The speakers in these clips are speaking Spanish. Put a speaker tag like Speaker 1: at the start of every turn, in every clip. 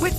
Speaker 1: With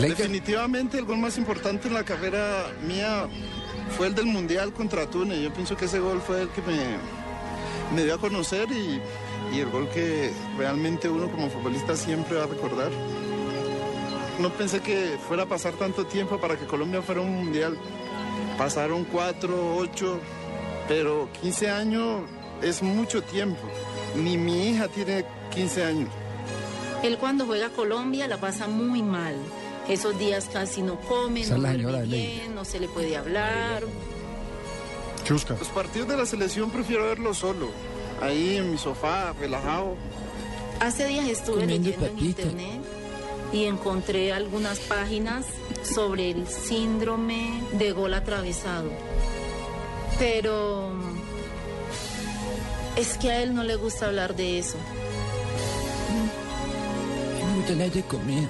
Speaker 2: Definitivamente el gol más importante en la carrera mía fue el del Mundial contra Túnez. Yo pienso que ese gol fue el que me, me dio a conocer y, y el gol que realmente uno como futbolista siempre va a recordar. No pensé que fuera a pasar tanto tiempo para que Colombia fuera un Mundial. Pasaron cuatro, ocho, pero 15 años es mucho tiempo. Ni mi hija tiene 15 años.
Speaker 3: Él cuando juega a Colombia la pasa muy mal. Esos días casi no come,
Speaker 4: Esa
Speaker 3: no
Speaker 4: es la
Speaker 3: duerme
Speaker 4: señora de
Speaker 3: bien, no se le puede hablar.
Speaker 4: Chusca.
Speaker 2: Los partidos Pues de la selección prefiero verlos solo, ahí en mi sofá, relajado.
Speaker 3: Hace días estuve
Speaker 4: Comiendo
Speaker 3: leyendo en
Speaker 4: papita.
Speaker 3: internet y encontré algunas páginas sobre el síndrome de gol atravesado. Pero mm, es que a él no le gusta hablar de eso.
Speaker 4: Me gusta la de comer.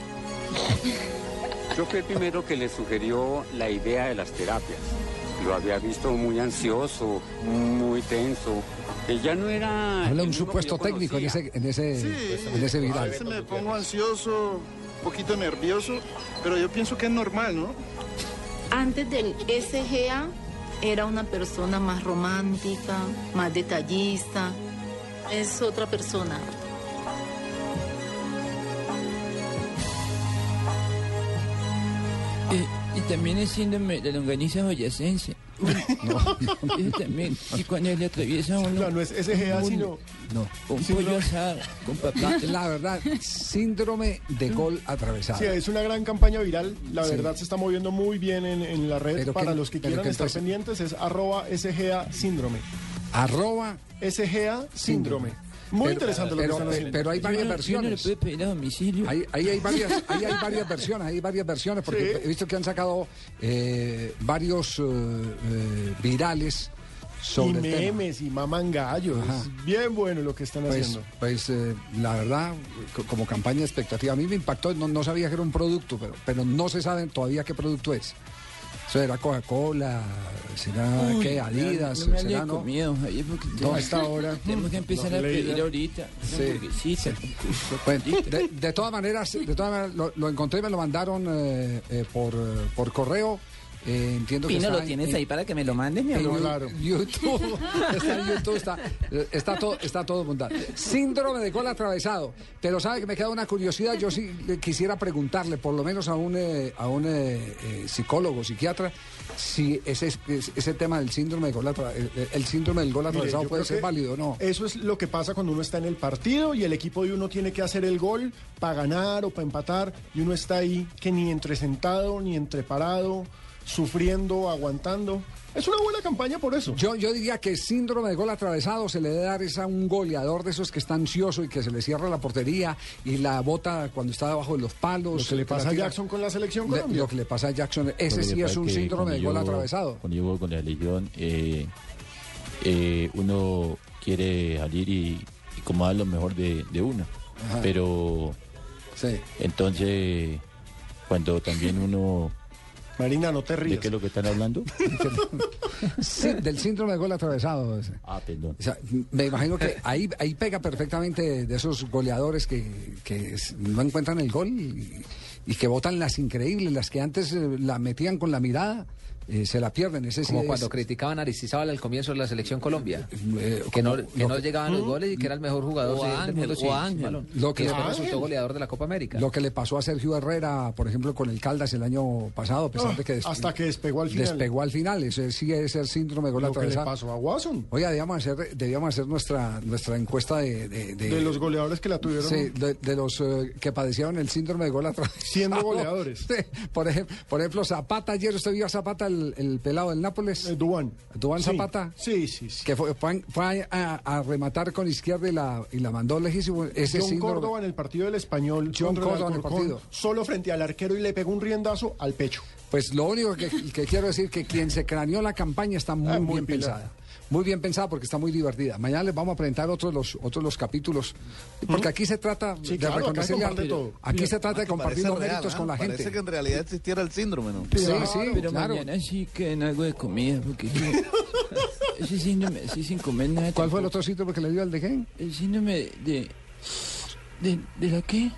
Speaker 5: Yo fui el primero que le sugirió la idea de las terapias. Lo había visto muy ansioso, muy tenso. Que ya no era. el
Speaker 4: Habla un
Speaker 5: mismo que
Speaker 4: supuesto
Speaker 5: yo
Speaker 4: técnico en
Speaker 5: conocía.
Speaker 4: ese, en ese,
Speaker 6: Pues,
Speaker 4: en ese
Speaker 2: a
Speaker 4: viral.
Speaker 2: veces me pongo ansioso, un poquito nervioso, pero yo pienso que es normal, ¿no?
Speaker 3: Antes del SGA era una persona más romántica, más detallista. Es otra persona.
Speaker 4: Eh, y también es síndrome de longaniza boyacense. No, eso también. Y cuando le atraviesa a uno.
Speaker 7: No, no es SGA,
Speaker 4: un-
Speaker 7: sino-
Speaker 4: No, un pollo asado con papá.
Speaker 6: La verdad, síndrome de gol atravesado.
Speaker 7: Sí, es una gran campaña viral. La verdad se está moviendo muy bien en, en la red.
Speaker 6: Pero
Speaker 7: Para
Speaker 6: que-
Speaker 7: los que
Speaker 6: pero
Speaker 7: quieran
Speaker 6: que
Speaker 7: estar
Speaker 6: entonces-
Speaker 7: pendientes es arroba SGA síndrome.
Speaker 6: Arroba.
Speaker 7: SGA síndrome. Muy
Speaker 6: Pero-
Speaker 7: interesante lo
Speaker 6: pero-
Speaker 7: que están haciendo.
Speaker 6: pero hay varias
Speaker 4: Yo no- yo no le
Speaker 6: versiones.
Speaker 4: puedo pedir a domicilio.
Speaker 6: Ahí, ahí hay varias, ahí hay varias versiones, hay varias versiones, porque
Speaker 7: Sí.
Speaker 6: he visto que han sacado eh, varios eh, eh, virales
Speaker 7: y
Speaker 6: sobre el tema.
Speaker 7: memes y maman gallos.
Speaker 6: Ajá.
Speaker 7: Bien bueno lo que están
Speaker 6: Pues,
Speaker 7: haciendo.
Speaker 6: pues eh, la verdad, co- como campaña expectativa, a mí me impactó, no, no sabía que era un producto, pero, pero no se sabe todavía qué producto es. ¿Será Coca-Cola? ¿Será
Speaker 4: Uy,
Speaker 6: qué? Adidas,
Speaker 4: No me hable
Speaker 6: ¿Será
Speaker 4: de
Speaker 6: no?
Speaker 4: comida, Javier, porque
Speaker 6: No,
Speaker 4: tenemos-
Speaker 6: hasta ahora.
Speaker 4: Tenemos que empezar a
Speaker 7: Los leí.
Speaker 4: pedir ahorita. Una
Speaker 6: Sí.
Speaker 4: hamburguesita, un
Speaker 6: Bueno,
Speaker 4: chocolatito.
Speaker 6: de, de todas maneras, de todas maneras, lo, lo encontré, me lo mandaron eh, eh, por, eh, por correo. Eh, entiendo que
Speaker 4: Pino,
Speaker 6: está
Speaker 4: lo tienes
Speaker 6: en-
Speaker 4: ahí para que me lo mandes, mi
Speaker 6: en
Speaker 4: amor.
Speaker 6: Yu-
Speaker 7: claro.
Speaker 6: YouTube, está en YouTube, está, eh, está todo, está todo montado. Síndrome de cola atravesado. Pero sabe que me queda una curiosidad, yo sí le quisiera preguntarle, por lo menos a un, eh, a un eh, eh, psicólogo, psiquiatra, si ese, es- ese tema del síndrome de cola, atra- eh, eh, el síndrome del gol
Speaker 7: Mire,
Speaker 6: atravesado
Speaker 7: yo
Speaker 6: puede
Speaker 7: creo
Speaker 6: ser
Speaker 7: que
Speaker 6: válido o no.
Speaker 7: Eso es lo que pasa cuando uno está en el partido y el equipo de uno tiene que hacer el gol para ganar o para empatar y uno está ahí que ni entre sentado ni entre parado, sufriendo, aguantando. Es una buena campaña por eso.
Speaker 6: Yo, yo diría que síndrome de gol atravesado se le debe dar es a un goleador de esos que está ansioso y que se le cierra la portería y la bota cuando está debajo de los palos.
Speaker 7: lo que le
Speaker 6: la
Speaker 7: pasa a
Speaker 6: tira-
Speaker 7: Jackson con la selección
Speaker 6: Le-
Speaker 7: Colombia.
Speaker 6: lo que le pasa a Jackson, ese
Speaker 8: Lo que
Speaker 6: sí
Speaker 8: pasa
Speaker 6: es un
Speaker 8: que
Speaker 6: síndrome
Speaker 8: cuando
Speaker 6: de gol
Speaker 8: yo-
Speaker 6: atravesado.
Speaker 8: Cuando yo juego con la Legión, eh, eh, uno quiere salir y, y como dar lo mejor de, de uno.
Speaker 6: Ajá.
Speaker 8: Pero
Speaker 6: Sí.
Speaker 8: entonces, cuando también uno...
Speaker 7: Marina, no te
Speaker 8: ¿De
Speaker 7: rías.
Speaker 8: qué es lo que están hablando?
Speaker 6: Sí, del síndrome de gol atravesado. ese.
Speaker 8: Ah, perdón.
Speaker 6: O sea, me imagino que ahí, ahí pega perfectamente de esos goleadores que, que s- no encuentran el gol y, y que votan las increíbles, las que antes eh, la metían con la mirada, eh, se la pierden. Ese sí
Speaker 4: Como
Speaker 6: es-
Speaker 4: cuando criticaban a Aristizábal al comienzo de la selección Colombia.
Speaker 6: eh,
Speaker 4: que no,
Speaker 6: como
Speaker 4: que no llegaban los goles y que era el mejor jugador
Speaker 6: O
Speaker 4: del
Speaker 6: Ángel,
Speaker 4: mundo
Speaker 6: o
Speaker 4: sin- sin
Speaker 6: Ángel.
Speaker 4: balón.
Speaker 6: Lo que-
Speaker 4: Y después
Speaker 6: Ángel.
Speaker 4: resultó goleador de la Copa América.
Speaker 6: Lo que le pasó a Sergio Herrera, por ejemplo, con el Caldas el año pasado, a pesar de que
Speaker 7: Ah, hasta que despegó al final.
Speaker 6: Despegó al final, ese sí es el síndrome de gol
Speaker 7: Lo que le
Speaker 6: atravesado.
Speaker 7: pasó a Watson.
Speaker 6: Oiga, debíamos hacer, debíamos hacer nuestra, nuestra encuesta de, de, de-
Speaker 7: De los goleadores que la tuvieron.
Speaker 6: Sí, de, de los eh, que padecieron el síndrome de gol atravesado.
Speaker 7: Siendo goleadores.
Speaker 6: Sí, por, ejemplo, por ejemplo, Zapata, ayer usted vio a Zapata, el, el, el pelado del Nápoles?
Speaker 7: Duan.
Speaker 6: Duan
Speaker 7: Eh, Sí,
Speaker 6: Zapata.
Speaker 7: Sí, sí, sí.
Speaker 6: Que fue, fue a- fue a, a rematar con izquierda y la, y la mandó lejísimo. Ese
Speaker 7: John
Speaker 6: síndrome-
Speaker 7: Córdoba en el partido del español.
Speaker 6: John
Speaker 7: contra
Speaker 6: Córdoba en el
Speaker 7: Alcorcón,
Speaker 6: partido.
Speaker 7: Solo frente al arquero y le pegó un riendazo al pecho.
Speaker 6: Pues lo único que, que quiero decir que quien se craneó la campaña está muy,
Speaker 7: Ah, muy
Speaker 6: bien
Speaker 7: pila.
Speaker 6: pensada. Muy bien pensada porque está muy divertida. Mañana les vamos a presentar otros los, otros los capítulos.
Speaker 7: ¿Mm?
Speaker 6: Porque aquí se trata
Speaker 9: Sí,
Speaker 6: de
Speaker 9: claro, acá
Speaker 6: reconocerle
Speaker 9: comparte
Speaker 6: al-
Speaker 9: todo.
Speaker 6: Aquí se trata de
Speaker 9: Parece
Speaker 6: compartir los
Speaker 9: real,
Speaker 6: méritos
Speaker 9: ¿ah?
Speaker 6: con la gente.
Speaker 9: Parece que en realidad existiera el síndrome, ¿no?
Speaker 4: Pero- pero
Speaker 9: claro.
Speaker 4: mañana sí queden algo de comida, porque es que- ese síndrome así sin comer nada.
Speaker 6: ¿Cuál fue el otro síndrome que le dio al de qué?
Speaker 4: El síndrome de. ¿De, de la qué?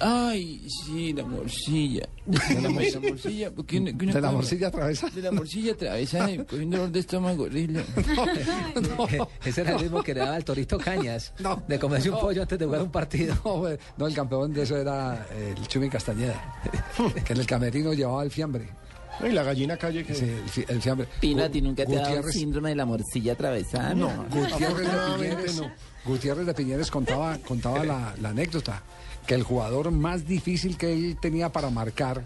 Speaker 4: Ay, sí, la morcilla. De la, morcilla, porque una- que una
Speaker 6: ¿De la
Speaker 4: cosa-
Speaker 6: morcilla atravesada?
Speaker 4: De la morcilla atravesada, y con un dolor de estómago horrible.
Speaker 10: Ese era el mismo que le daba al torito Cañas de comerse un
Speaker 6: No.
Speaker 10: pollo antes de jugar un partido.
Speaker 6: No, hombre, no, el campeón de eso era eh, el Chumi Castañeda, que en el camerino llevaba el fiambre.
Speaker 7: Y la gallina calle que...
Speaker 6: el, fi- el fiambre.
Speaker 11: Pinati,
Speaker 6: Gu-
Speaker 11: ¿nunca te ha dado
Speaker 6: Gutiérrez-
Speaker 11: síndrome de la morcilla atravesada?
Speaker 6: No, Gutiérrez de
Speaker 11: Afortunadamente
Speaker 6: Piñeres,
Speaker 11: no.
Speaker 6: Gutiérrez de Piñeres contaba, contaba la, la anécdota, que el jugador más difícil que él tenía para marcar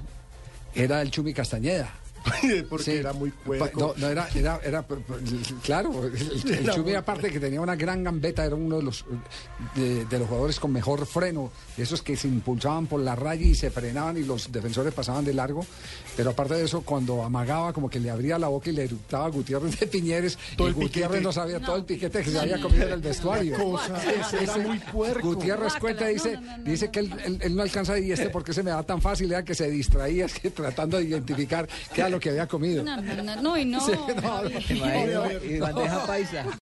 Speaker 6: era el Chumi Castañeda.
Speaker 7: Porque
Speaker 6: Sí.
Speaker 7: era muy
Speaker 6: Pa-
Speaker 7: cuerdo.
Speaker 6: No, no, era, era, era, p- p- claro, el, el
Speaker 7: Era
Speaker 6: Chumi
Speaker 7: muy-
Speaker 6: aparte que tenía una gran gambeta, era uno de los, de, de los jugadores con mejor freno, de esos que se impulsaban por la raya y se frenaban y los defensores pasaban de largo, pero aparte de eso, cuando amagaba, como que le abría la boca y le eructaba a Gutiérrez de Piñeres,
Speaker 7: Todo
Speaker 6: y
Speaker 7: el piquete.
Speaker 6: Gutiérrez no sabía todo el piquete que se
Speaker 7: Sí.
Speaker 6: había comido en el vestuario.
Speaker 7: Qué cosa, ese era muy puerco.
Speaker 6: Gutiérrez
Speaker 7: Guácala,
Speaker 6: cuenta,
Speaker 7: no,
Speaker 6: dice, dice que él, él- él no alcanza y este, ¿por qué se me da tan fácil? Era que se distraía, es que tratando de identificar qué era lo que había comido.
Speaker 12: No, no, no, no, y no.
Speaker 6: Sí, no,
Speaker 12: Javi.
Speaker 6: no.
Speaker 10: Imagínate, y bandeja paisa.